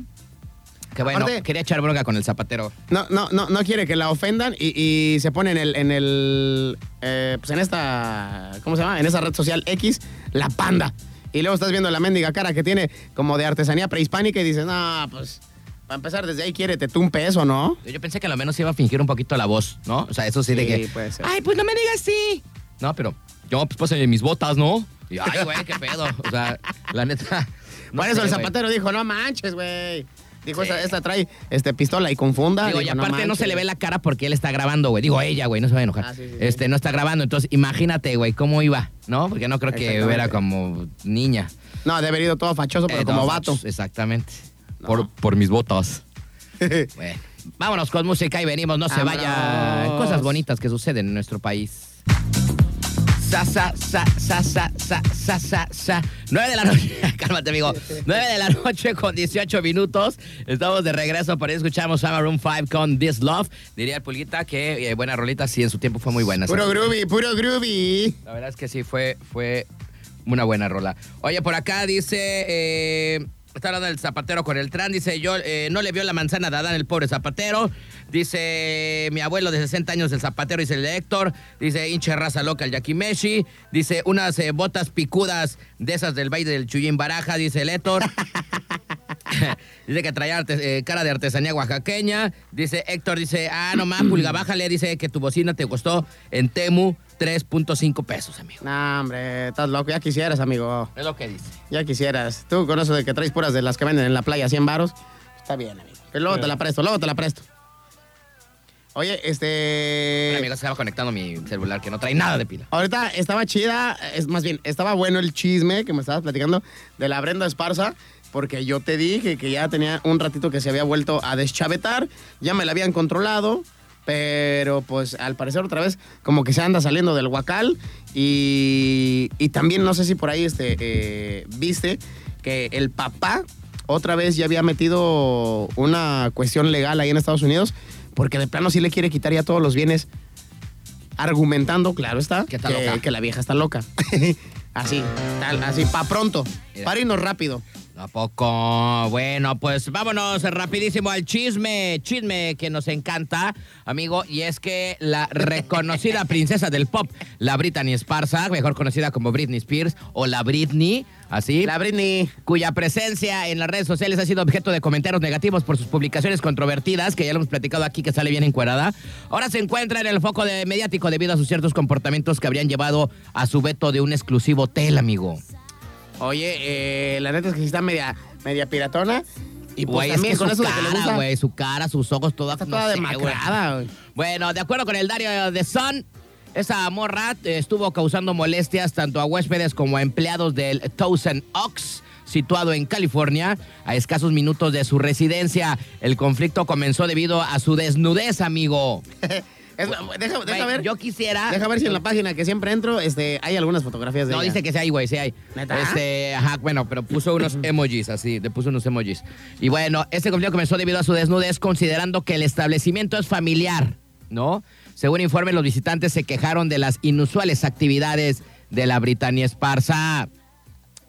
A: Que bueno,
B: Aparte-
A: quería echar bronca con el zapatero.
B: No, no, no, no quiere que la ofendan y, y se pone en el, en el, eh, pues en esta, ¿cómo se llama? En esa red social X, la panda. Y luego estás viendo la mendiga cara que tiene como de artesanía prehispánica y dices, no, pues, para empezar desde ahí quiere tú un peso, ¿no?
A: Yo pensé que a lo menos iba a fingir un poquito la voz, ¿no? O sea, eso sí, de
B: Sí,
A: que.
B: puede ser.
A: Ay, pues no me digas sí. No, pero yo, pues pásame mis botas, ¿no? Y, ay, güey, qué pedo. O sea, la neta. no
B: Por eso
A: sé,
B: el
A: güey.
B: zapatero dijo, no manches, güey. Dijo,
A: Sí.
B: esta, esta trae este, pistola y confunda.
A: Digo, y
B: Dijo,
A: aparte no, se
B: manches".
A: le ve la cara porque él está grabando, güey. Digo, ella, güey, no se va a enojar.
B: Ah, sí, sí, sí.
A: este, no está grabando. Entonces, imagínate, güey, cómo iba, ¿no? Porque no creo que
B: Exactamente.
A: era como niña.
B: No, debe haber ido todo fachoso, pero
A: Eh,
B: como
A: no,
B: vato.
A: Exactamente.
C: Por, por mis botas.
A: Bueno, vámonos con música y venimos, no se
B: Vámonos.
A: vaya. Cosas bonitas que suceden en nuestro país. Sa, sa, sa, sa, sa, sa, sa, sa, sa. 9 de la noche, cálmate amigo. 9 de la noche con 18 minutos. Estamos de regreso, por ahí escuchamos Summer Room 5 con This Love. Diría el Pulguita que eh, buena rolita, sí, en su tiempo fue muy buena.
B: Puro groovy, puro groovy.
A: La verdad es que sí, fue, fue, una buena rola. Oye, por acá dice. eh, está hablando del zapatero con el tran. Dice: Yo eh, no le vio la manzana de Adán, el pobre zapatero. Dice: Mi abuelo de 60 años, el zapatero, dice el Héctor. Dice: hinche raza loca, el Yakimeshi. Dice: Unas eh, botas picudas de esas del baile del Chuyín Baraja, dice el Héctor. Dice que traía arte- eh, cara de artesanía oaxaqueña. Dice Héctor, dice, ah, no más, pulga, bájale. Dice que tu bocina te costó en Temu 3.5 pesos, amigo.
B: Nah, hombre, estás loco. Ya quisieras, amigo.
A: Es lo que dice.
B: Ya quisieras. Tú con eso de que traes puras de las que venden en la playa 100 varos. Está bien, amigo. Pero luego te la presto, luego te la presto. Oye,
A: Mira,
B: este...
A: amigo, se estaba conectando mi celular que no trae nada de pila.
B: Ahorita estaba chida, es más bien, estaba bueno el chisme que me estabas platicando de la Brenda Esparza, porque yo te dije que ya tenía un ratito que se había vuelto a deschavetar, ya me la habían controlado, pero pues al parecer otra vez como que se anda saliendo del huacal y, y también no sé si por ahí este, eh, viste que el papá otra vez ya había metido una cuestión legal ahí en Estados Unidos, porque de plano sí le quiere quitar ya todos los bienes argumentando, claro está,
A: Que está loca.
B: que la vieja está loca. así, tal, así, pa' pronto,
A: Mira.
B: para irnos rápido.
A: ¿A poco? Bueno, pues vámonos rapidísimo al chisme, chisme que nos encanta, amigo, y es que la reconocida princesa del pop, la Britney Esparza, mejor conocida como Britney Spears o la Britney, así.
B: La Britney,
A: cuya presencia en las redes sociales ha sido objeto de comentarios negativos por sus publicaciones controvertidas, que ya lo hemos platicado aquí, que sale bien encuerada, ahora se encuentra en el foco de- mediático debido a sus ciertos comportamientos que habrían llevado a su veto de un exclusivo hotel, amigo.
B: oye, eh, la neta es que sí está media, media piratona. Y pues
A: Güey, es
B: también
A: que
B: con
A: su
B: eso de que le
A: cara,
B: gusta,
A: güey, su cara, sus ojos, toda,
B: está
A: no
B: toda
A: sé, güey.
B: demacrada, güey.
A: Bueno, de acuerdo con el diario de Sun, esa morra eh, estuvo causando molestias tanto a huéspedes como a empleados del Thousand Oaks, situado en California, a escasos minutos de su residencia. El conflicto comenzó debido a su desnudez, amigo.
B: Es- deja, deja
A: Güey,
B: ver,
A: Yo quisiera...
B: deja ver si en la página que siempre entro este, hay algunas fotografías de
A: No,
B: ella.
A: dice que sí hay, güey, sí hay.
B: ¿Neta?
A: Este, ajá, bueno, pero puso unos emojis, así, le puso unos emojis. Y bueno, este conflicto comenzó debido a su desnudez, considerando que el establecimiento es familiar, ¿no? Según informe, los visitantes se quejaron de las inusuales actividades de la Britania Esparza.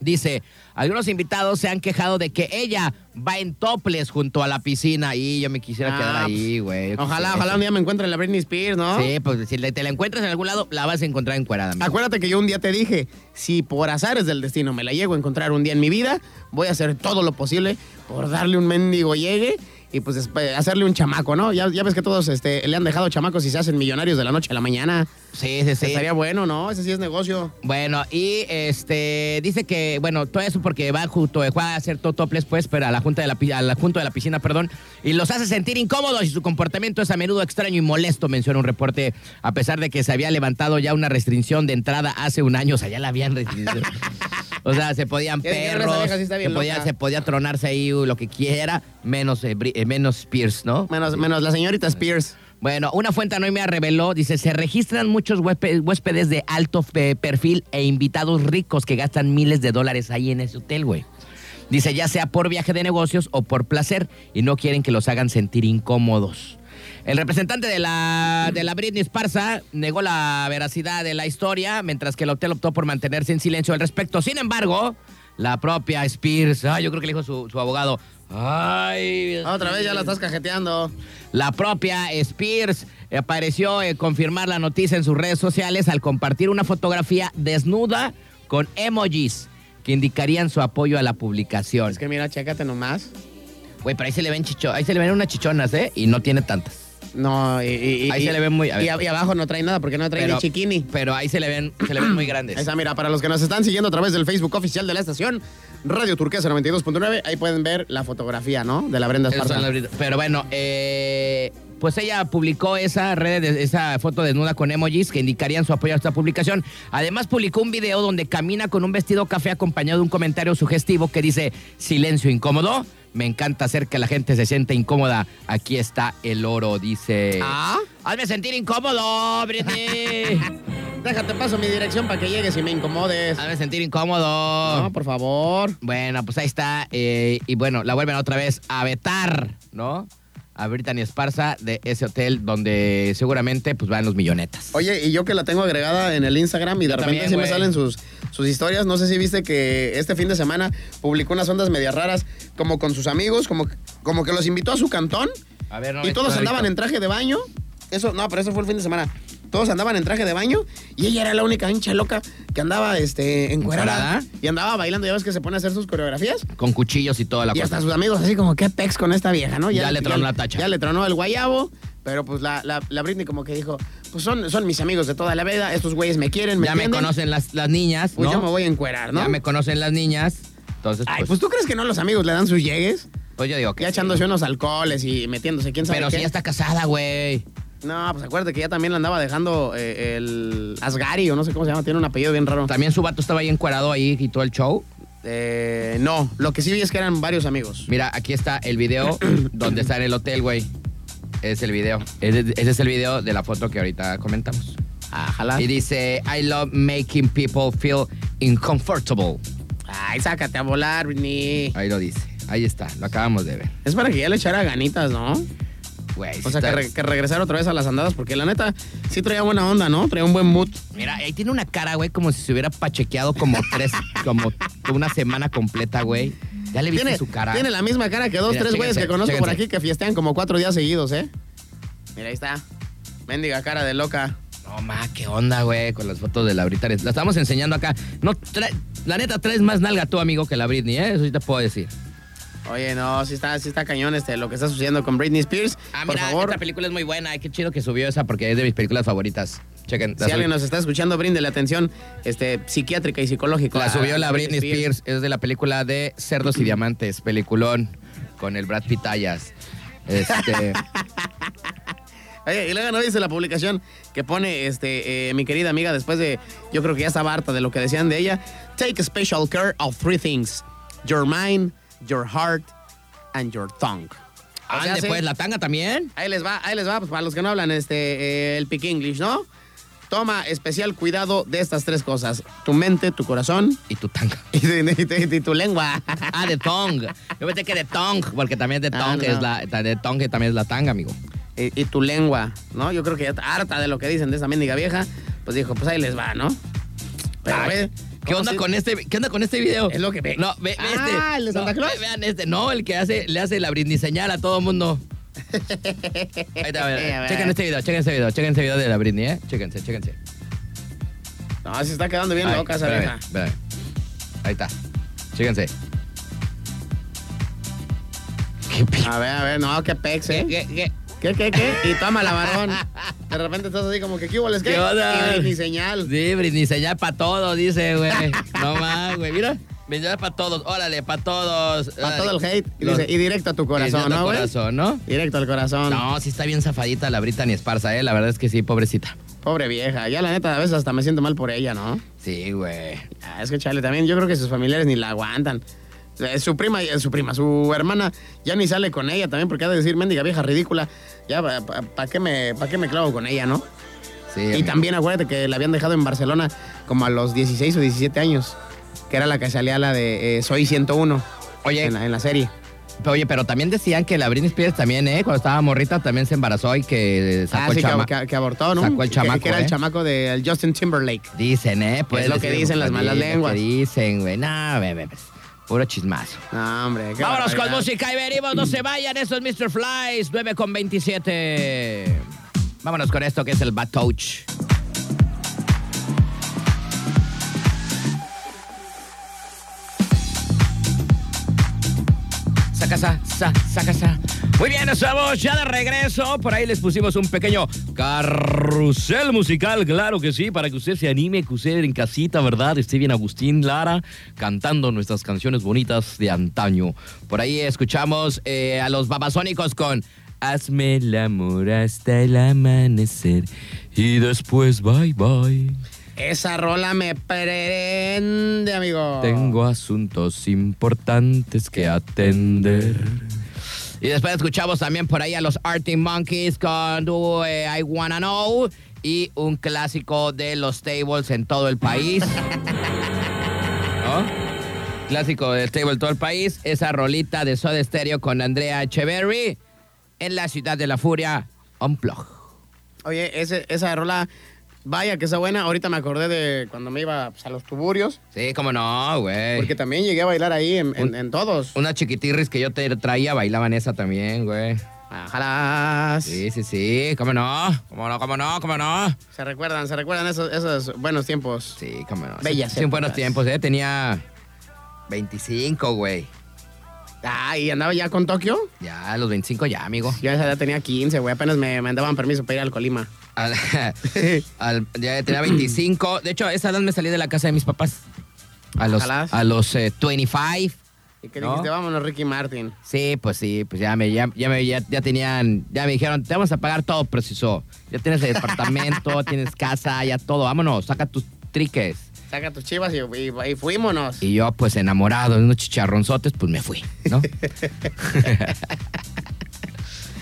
A: Dice, algunos invitados se han quejado de que ella va en toples junto a la piscina. Y yo me quisiera
B: Ah,
A: quedar ahí,
B: pues,
A: güey. yo
B: Ojalá,
A: quisiera
B: ojalá
A: eso.
B: un día me encuentre la Britney Spears, ¿no?
A: Sí, pues si le- te la encuentras en algún lado, la vas a encontrar encuerada. amigo.
B: Acuérdate que yo un día te dije, si por azares del destino me la llego a encontrar un día en mi vida, voy a hacer todo lo posible por darle un mendigo llegue y pues después hacerle un chamaco, ¿no? Ya, ya ves que todos este, le han dejado chamacos y se hacen millonarios de la noche a la mañana.
A: Sí, sí, sí.
B: Estaría bueno, ¿no? Ese sí es negocio.
A: Bueno, y este dice que, bueno, todo eso porque va junto, va a hacer toples, pues, pero a la junta de la, pi- a la junta de la piscina, perdón, y los hace sentir incómodos y su comportamiento es a menudo extraño y molesto, menciona un reporte, a pesar de que se había levantado ya una restricción de entrada hace un año, o sea, ya la habían restringido. O sea, se podían
B: Es que esa
A: perros,
B: vieja sí está
A: se
B: bien
A: podía,
B: loca.
A: se podía tronarse ahí uh, lo que quiera, menos, eh, Bri- eh, menos Pierce, ¿no?
B: Menos, menos la señorita Spears.
A: Bueno, una fuente anónima reveló, dice, se registran muchos huéspe- huéspedes de alto pe- perfil e invitados ricos que gastan miles de dólares ahí en ese hotel, güey. Dice, ya sea por viaje de negocios o por placer, y no quieren que los hagan sentir incómodos. El representante de la, de la Britney Sparsa negó la veracidad de la historia, mientras que el hotel optó por mantenerse en silencio al respecto. Sin embargo, la propia Spears, ay, yo creo que le dijo su, su abogado, ay...
B: Otra vez ya la estás cajeteando.
A: La propia Spears apareció eh, confirmar la noticia en sus redes sociales al compartir una fotografía desnuda con emojis que indicarían su apoyo a la publicación.
B: Es que mira, chécate nomás.
A: Güey, pero ahí se le ven chicho, ahí se le ven unas chichonas, ¿eh? Y no tiene tantas.
B: No, y, y- y-
A: Ahí
B: y-
A: se le ve muy- a ver.
B: Y, ab- y abajo no trae nada porque no trae
A: Pero-
B: ni chiquini.
A: Pero ahí se le ven, se le ven muy
B: Ahí
A: grandes.
B: está, mira, para los que nos están siguiendo a través del Facebook oficial de la estación, Radio Turquesa 92.9, ahí pueden ver la fotografía, ¿no? De la Brenda
A: Esos son
B: Esparza.
A: los gritos. Pero bueno, eh, pues ella publicó esa red, de- esa foto desnuda con emojis que indicarían su apoyo a esta publicación. Además, publicó un video donde camina con un vestido café acompañado de un comentario sugestivo que dice: Silencio incómodo. Me encanta hacer que la gente se sienta incómoda. Aquí está el oro, dice.
B: Ah.
A: Hazme sentir incómodo, Britney.
B: Déjate paso mi dirección para que llegues y me incomodes.
A: Hazme sentir incómodo.
B: No, por favor.
A: Bueno, pues ahí está. eh, y bueno, la vuelven otra vez a vetar, ¿no? a Brittany Esparza de ese hotel donde seguramente pues van los millonetas.
B: Oye, y yo que la tengo agregada en el Instagram y de
A: Yo
B: repente
A: también,
B: sí me
A: güey.
B: salen sus, sus historias. No sé si viste que este fin de semana publicó unas ondas medias raras, como con sus amigos, como, como que los invitó a su cantón
A: A ver, no,
B: y
A: esto no
B: todos
A: lo he
B: andaban
A: visto.
B: en traje de baño. Eso, no, pero eso fue el fin de semana. Todos andaban en traje de baño y ella era la única hincha loca que andaba este, encuerada
A: ¿Encuerada?
B: y andaba bailando. Ya ves que se pone a hacer sus coreografías.
A: Con cuchillos y toda la
B: Y
A: cosa.
B: hasta sus amigos así como, ¿qué pex con esta vieja, no?
A: Ya le tronó la tacha.
B: Ya le tronó el guayabo, pero pues la, la, la Britney como que dijo, pues son, son mis amigos de toda la vida, estos güeyes me quieren, me
A: ya me
B: entienden,
A: conocen las, las niñas,
B: Pues
A: ¿no?
B: yo me voy a encuerar, ¿no?
A: Ya me conocen las niñas. Entonces,
B: Ay,
A: pues,
B: pues tú crees que no los amigos le dan sus llegues,
A: pues yo digo que
B: ya
A: sí.
B: echándose unos alcoholes y metiéndose quién sabe
A: Pero
B: qué.
A: si ya está casada, güey.
B: No, pues acuérdate que ya también la andaba dejando eh, el Asgari o no sé cómo se llama, tiene un apellido bien raro.
A: También su vato estaba ahí encuadrado ahí y todo el show.
B: Eh, no, lo que sí vi es que eran varios amigos.
A: Mira, aquí está el video donde está en el hotel, güey. Es el video. Ese, ese es el video de la foto que ahorita comentamos.
B: Ajala.
A: Y dice, I love making people feel uncomfortable.
B: Ay, sácate a volar, Britney.
A: Ahí lo dice. Ahí está. Lo acabamos de ver.
B: Es para que ya le echara ganitas, ¿no?
A: Güey.
B: O
A: está-
B: sea, que, re- que regresar otra vez a las andadas, porque la neta sí traía buena onda, ¿no? Traía un buen mood.
A: Mira, ahí tiene una cara, güey, como si se hubiera pachequeado como tres, como una semana completa, güey. Ya le viste
B: Tiene,
A: su cara.
B: tiene la misma cara que dos,
A: Mira,
B: tres güeyes que
A: chéquense,
B: conozco por
A: chéquense.
B: aquí que fiestean como cuatro días seguidos, ¿eh? Mira, ahí está. Méndiga cara de loca.
A: No, ma, qué onda, güey, con las fotos de la Britney. La estamos enseñando acá. No, trae- la neta, traes más nalga tú, amigo, que la Britney, ¿eh? Eso sí te puedo decir.
B: Oye, no, sí está, sí está cañón este, lo que está sucediendo con Britney Spears.
A: Ah,
B: por
A: mira,
B: favor,
A: esta película es muy buena. Ay, qué chido que subió esa porque es de mis películas favoritas. Chequen. La,
B: si
A: sub-
B: alguien nos está escuchando, bríndele atención este, psiquiátrica y psicológica. Este,
A: la
B: a-
A: subió
B: a
A: la Britney Spears. Es de la película de Cerdos y Diamantes, peliculón, con el Brad Pitayas. Este,
B: Oye, y luego no dice la publicación que pone este, eh, mi querida amiga después de, yo creo que ya estaba harta de lo que decían de ella. Take special care of three things: your mind, your heart, and your tongue. O sea,
A: ande,
B: sí,
A: pues, la tanga también.
B: Ahí les va, ahí les va, pues, para los que no hablan este, eh, el pick English, ¿no? Toma especial cuidado de estas tres cosas: tu mente, tu corazón
A: Y tu tanga.
B: y, y- y tu lengua.
A: Ah, de tong. Yo pensé que de tong, porque también de
B: Ah,
A: tong
B: no.
A: es la de tong que también es la tanga, amigo.
B: y, y tu lengua, ¿no? Yo creo que ya está harta de lo que dicen de esa mendiga vieja, pues dijo, pues ahí les va, ¿no? Pero,
A: Ay,
B: ve,
A: ¿Qué
B: ¿cómo
A: onda
B: sí?
A: con este? ¿Qué onda con este video?
B: Es lo que ve.
A: No, ve, ve este.
B: Ah, ¿el de
A: No,
B: Santa Claus?
A: ve- vean este. No, el que hace, le hace la Britney señal a todo mundo. Ahí está, a
B: A
A: ver.
B: ver.
A: Chequen este video, chequen este video, chequen este video de la Britney, ¿eh? Chéquense, chéquense.
B: No, se está quedando bien
A: Ay,
B: loca esa
A: espérame,
B: vieja.
A: espérame. Ahí está. Chéquense. Qué pi-
B: A ver, a ver, no, qué pex, ¿eh?
A: ¿Qué, qué?
B: ¿Qué, qué, qué? Y toma la varón. De repente estás así como que, ¿qué hubo, les qué?
A: ¿Qué onda?
B: Y ni señal.
A: Sí, Britney señal para todos, dice, güey. No más, güey. Mira, señal para todos. Órale, para todos.
B: A todo el hate. Y,
A: Los-
B: dice, y directo a tu corazón,
A: Diciendo
B: ¿no, güey?
A: corazón, ¿no?
B: Directo al corazón.
A: No, sí está bien zafadita la Britney Esparza, ¿eh? La verdad es que sí, pobrecita.
B: Pobre vieja. Ya la neta, a veces hasta me siento mal por ella, ¿no?
A: Sí, güey.
B: Ah, Es que chale, también yo creo que sus familiares ni la aguantan. Eh, Su prima, eh, su prima, su hermana ya ni sale con ella también porque ha de decir, mendiga vieja ridícula, ya, ¿para qué, me, pa' qué me clavo con ella, no?
A: Sí,
B: Y
A: amigo.
B: también acuérdate que la habían dejado en Barcelona como a los 16 o 17 años, que era la que salía la de eh, Soy 101
A: Oye,
B: en la, en la serie.
A: oye, pero también decían que la Britney Spears también, ¿eh? Cuando estaba morrita también se embarazó y que sacó
B: Ah,
A: el
B: sí, que,
A: chama-
B: que- que abortó, ¿no?
A: Sacó el
B: Que-
A: chamaco,
B: Que, era el
A: ¿eh?
B: chamaco del Justin Timberlake.
A: Dicen, ¿eh? Pues
B: Es lo que
A: decir,
B: dicen las
A: pues,
B: malas
A: sí, lo que
B: lenguas.
A: dicen, güey. No, bebé, pues, puro chismazo.
B: No, hombre. qué
A: Vámonos con
B: barbaridad.
A: música y venimos, no se vayan, eso es Mr. Flies, 9 con 27. Vámonos con esto que es el Batouch. Saca, sa, sa, saca, sa. Muy bien, estamos ya de regreso. Por ahí les pusimos un pequeño
C: Carrusel musical, claro que sí, para que usted se anime, que usted en casita, ¿verdad? Esté bien Agustín Lara cantando nuestras canciones bonitas de antaño.
A: Por ahí escuchamos eh, a los babasónicos con Hazme el amor hasta el amanecer y después bye bye.
B: Esa rola me prende, amigo.
A: Tengo asuntos importantes que atender. Y después escuchamos también por ahí a los Arctic Monkeys con Do eh, I Wanna Know y un clásico de los tables en todo el país. ¿No? Clásico del table en todo el país. Esa rolita de Soda Stereo con Andrea Echeverry. en la ciudad de la furia, Unplug.
B: Oye, ese- esa rola, vaya que está buena. Ahorita me acordé de cuando me iba pues, a los tuburios,
A: Sí, cómo no, güey.
B: porque también llegué a bailar ahí en, en- en todos.
A: Unas chiquitirris que yo te traía bailaban esa también, güey.
B: Ajalas.
A: Sí, sí, sí, cómo no, cómo no, cómo no, cómo no.
B: Se recuerdan, se recuerdan esos, esos buenos tiempos.
A: Sí, cómo no.
B: Bellas
A: Sí, en buenos
B: épocas.
A: tiempos, ¿eh? Tenía 25, güey.
B: Ah, y andaba ya con Tokio.
A: Ya, a los 25 ya, amigo.
B: Yo a esa edad tenía 15, güey. Apenas me, me daban permiso para ir al Colima.
A: Al- al- ya tenía 25. De hecho, a esa edad me salí de la casa de mis papás. A los,
B: Ojalá.
A: a los eh, 25.
B: Y que
A: ¿No?
B: dijiste, vámonos, Ricky Martin.
A: Sí, pues sí, pues ya me, ya, ya me ya, ya tenían, ya me dijeron, te vamos a pagar todo, preciso. Ya tienes el departamento, tienes casa, ya todo, vámonos, saca tus triques.
B: Saca tus chivas y, y- y fuímonos.
A: Y yo, pues enamorado de unos chicharronzotes, pues me fui, ¿no?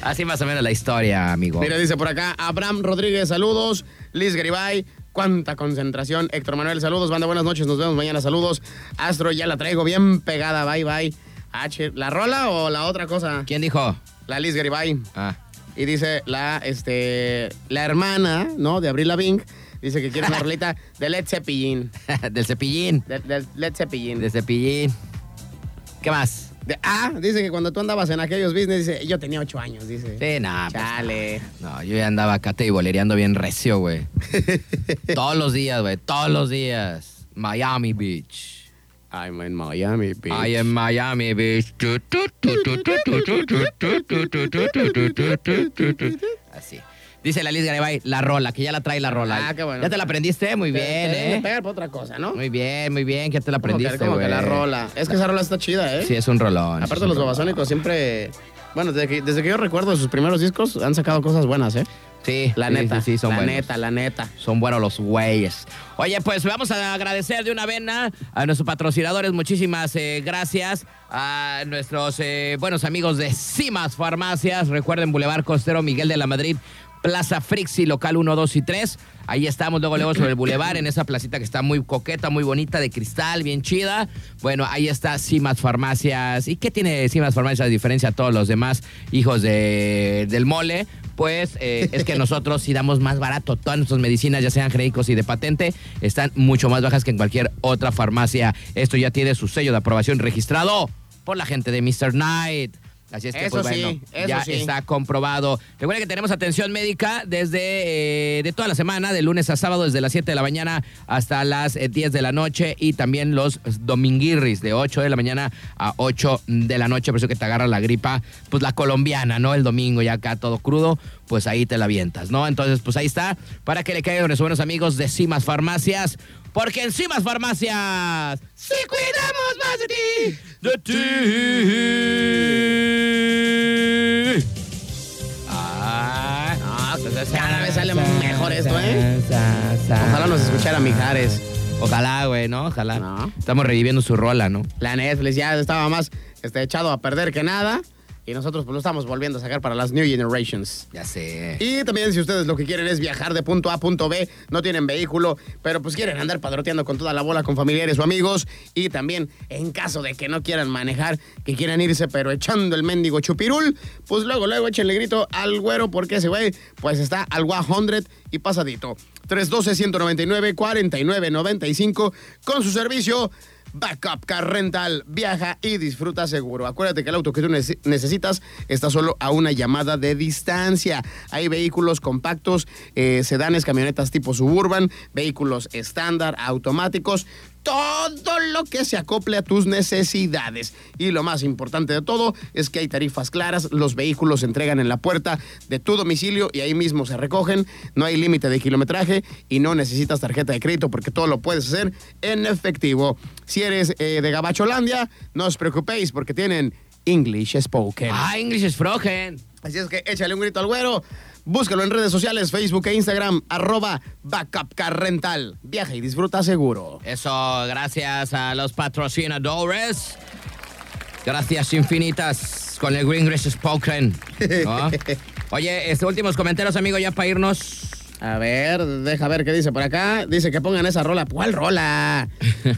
A: Así más o menos la historia, amigo.
B: Mira, dice por acá, Abraham Rodríguez, saludos. Liz Garibay, cuánta concentración. Héctor Manuel, saludos. Banda, buenas noches, nos vemos mañana, saludos. Astro, ya la traigo bien pegada, bye, bye. H, ¿la rola o la otra cosa?
A: ¿Quién dijo?
B: La Liz Garibay.
A: Ah.
B: Y dice la, este, la hermana, ¿no? De Abril Lavigne, dice que quiere una rolita de Led Zeppelin.
A: Del cepillín.
B: De, de Led Zeppelin.
A: Del cepillín. ¿Qué más?
B: De- ah, dice que cuando tú andabas en aquellos business, dice, yo tenía ocho años, dice.
A: Sí, nada.
B: Chale.
A: No, yo ya andaba acá te bolereando bien recio, güey. todos los días, güey, todos los días. Miami Beach.
B: I'm in Miami, bitch.
A: I am Miami Beach. Tu, tu, tu, tu, tu, tu, tu, tu, tu, tu, tu, tu, tu, tu, tu, tu, tu, tu. Así. Dice la Liz Garibay, la rola, que ya la trae la rola.
B: Ah, qué bueno.
A: Ya te la aprendiste, muy bien,
B: Te- te deben de
A: ¿eh?
B: pegar por otra cosa, ¿no?
A: Muy bien, muy bien, que ya te la
B: Como que-
A: aprendiste,
B: como que
A: güey.
B: la rola. Es que esa rola está chida, ¿eh?
A: Sí, es un rolón. es
B: Aparte,
A: un
B: los
A: rolón.
B: babasónicos siempre. Bueno, desde que, desde que yo recuerdo sus primeros discos, han sacado cosas buenas, ¿eh?
A: Sí,
B: La
A: sí,
B: neta.
A: Sí, sí, son
B: la
A: buenos.
B: neta, la neta.
A: Son buenos los güeyes. Oye, pues vamos a agradecer de una vena a nuestros patrocinadores. Muchísimas eh, gracias a nuestros eh, buenos amigos de Cimas Farmacias. Recuerden, Boulevard Costero Miguel de la Madrid. Plaza Frixi, local 1, 2 y 3. Ahí estamos, luego luego sobre el bulevar, en esa placita que está muy coqueta, muy bonita, de cristal, bien chida. Bueno, ahí está Cimas Farmacias. ¿Y qué tiene Cimas Farmacias a diferencia a todos los demás hijos de- del mole? Pues eh, es que nosotros sí damos más barato. Todas nuestras medicinas, ya sean genéricos y de patente, están mucho más bajas que en cualquier otra farmacia. Esto ya tiene su sello de aprobación registrado por la gente de Mr. Knight. Así es que,
B: Eso
A: pues, bueno,
B: sí, eso
A: ya
B: sí.
A: está comprobado. Recuerden que tenemos atención médica desde eh, de toda la semana, de lunes a sábado, desde las 7 de la mañana hasta las eh, 10 de la noche y también los dominguirris de 8 de la mañana a 8 de la noche. Por eso que te agarra la gripa, pues la colombiana, ¿no? El domingo ya acá todo crudo, pues ahí te la avientas, ¿no? Entonces, pues ahí está, para que le caigan nuestros buenos amigos de Cimas Farmacias. Porque en Cimas Farmacias, sí cuidamos más de ti, de ti. Ah, no, pues,
B: Cada vez sale mejor esto, ¿eh? Ojalá nos escuchara Mijares.
A: Ojalá, güey, ¿no? Ojalá.
B: No.
A: Estamos reviviendo su rola, ¿no?
B: La Netflix ya estaba más este, echado a perder que nada. Y nosotros pues, lo estamos volviendo a sacar para las New Generations.
A: Ya sé.
B: Y también si ustedes lo que quieren es viajar de punto A a punto B, no tienen vehículo, pero pues quieren andar padroteando con toda la bola con familiares o amigos. Y también en caso de que no quieran manejar, que quieran irse pero echando el mendigo chupirul, pues luego, luego échenle grito al güero porque ese güey pues está al 100 y pasadito. 312-199-4995 con su servicio. Backup Car Rental. Viaja y disfruta seguro. Acuérdate que el auto que tú nece- necesitas está solo a una llamada de distancia. Hay vehículos compactos, eh, sedanes, camionetas tipo suburban, vehículos estándar, automáticos. Todo lo que se acople a tus necesidades. Y lo más importante de todo es que hay tarifas claras. Los vehículos se entregan en la puerta de tu domicilio y ahí mismo se recogen. No hay límite de kilometraje y no necesitas tarjeta de crédito porque todo lo puedes hacer en efectivo. Si eres eh, de Gabacholandia, no os preocupéis porque tienen English Spoken.
A: Ah, English is Frogen.
B: Así es que échale un grito al güero. Búscalo en redes sociales, Facebook e Instagram, arroba Backup Car Rental. Viaja y disfruta seguro.
A: Eso, gracias a los patrocinadores. Gracias infinitas con el Green Grace Spoken. ¿no? Oye, este, últimos comentarios, amigo, ya para irnos.
B: A ver, deja ver qué dice por acá. Dice que pongan esa rola. ¿Cuál rola?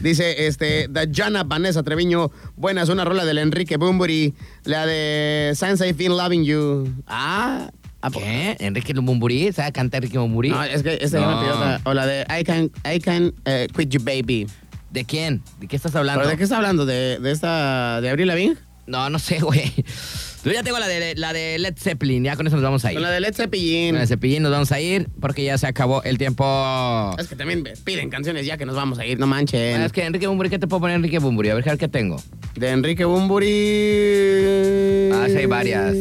B: Dice este Dayana Vanessa Treviño. Buenas, una rola del Enrique Bumburi. La de Since I've Been Loving You. Ah, ¿a poco?
A: ¿Qué? ¿Enrique Lumbumburi? ¿Sabe cantar Enrique Lumbumburi?
B: No, es que este ya me
A: pues. No.
B: pidió otra. O la de I Can, I can eh, Quit You Baby.
A: ¿De quién? ¿De qué estás hablando?
B: ¿Pero de qué está hablando? ¿De, de esta, de Abril Lavigne?
A: No, no sé, güey. Yo ya tengo la de, la de Led Zeppelin, ya con eso nos vamos a ir.
B: Con la de Led
A: Con
B: Zeppelin.
A: la de Zeppelin nos vamos a ir porque ya se acabó el tiempo.
B: Es que también piden canciones ya que nos vamos a ir, no manchen.
A: Ah, es que Enrique Bumburi, ¿qué te puedo poner Enrique Bumburi? A ver, a ver qué tengo.
B: De Enrique Bumburi.
A: Ah, sí hay varias.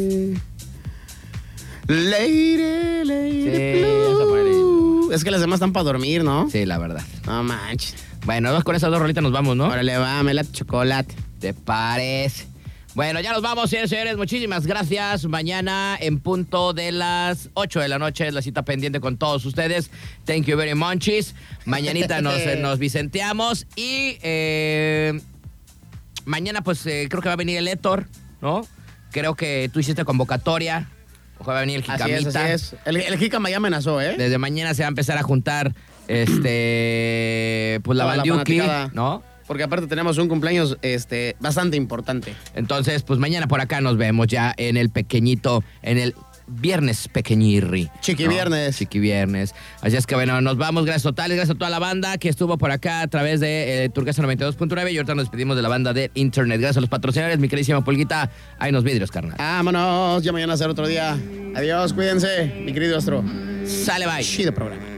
B: Lady, lady.
A: Sí,
B: blue.
A: esa fue la-
B: Es que las demás están para dormir, ¿no?
A: Sí, la verdad.
B: No manches.
A: Bueno, vamos con esas dos rolitas nos vamos, ¿no?
B: Órale, va, me la chocolate.
A: ¿Te pares? Bueno, ya nos vamos, señores, señores. Muchísimas gracias. Mañana en punto de las 8 de la noche es la cita pendiente con todos ustedes. Thank you very much. Mañanita nos, eh, nos vicenteamos y eh, mañana pues eh, creo que va a venir el Héctor, ¿no? Creo que tú hiciste convocatoria. Ojalá va a venir el
B: Así es,
A: Jicamita.
B: así es. El, el Jicama ya amenazó, ¿eh?
A: Desde mañana se va a empezar a juntar este pues la
B: Toda la
A: bandiuki,
B: fanaticada.
A: ¿no?
B: Porque aparte tenemos un cumpleaños este, bastante importante.
A: Entonces, pues mañana por acá nos vemos ya en el pequeñito, en el viernes pequeñirri.
B: Chiquiviernes.
A: Chiqui viernes. Así es que bueno, nos vamos. Gracias totales, gracias a toda la banda que estuvo por acá a través de eh, Turquesa 92.9 y ahorita nos despedimos de la banda de Internet. Gracias a los patrocinadores, mi queridísima Pulguita. Hay nos vidrios, carnal.
B: Vámonos, ya mañana será otro día. Adiós, cuídense, mi querido astro.
A: Sale, bye.
B: Chido programa.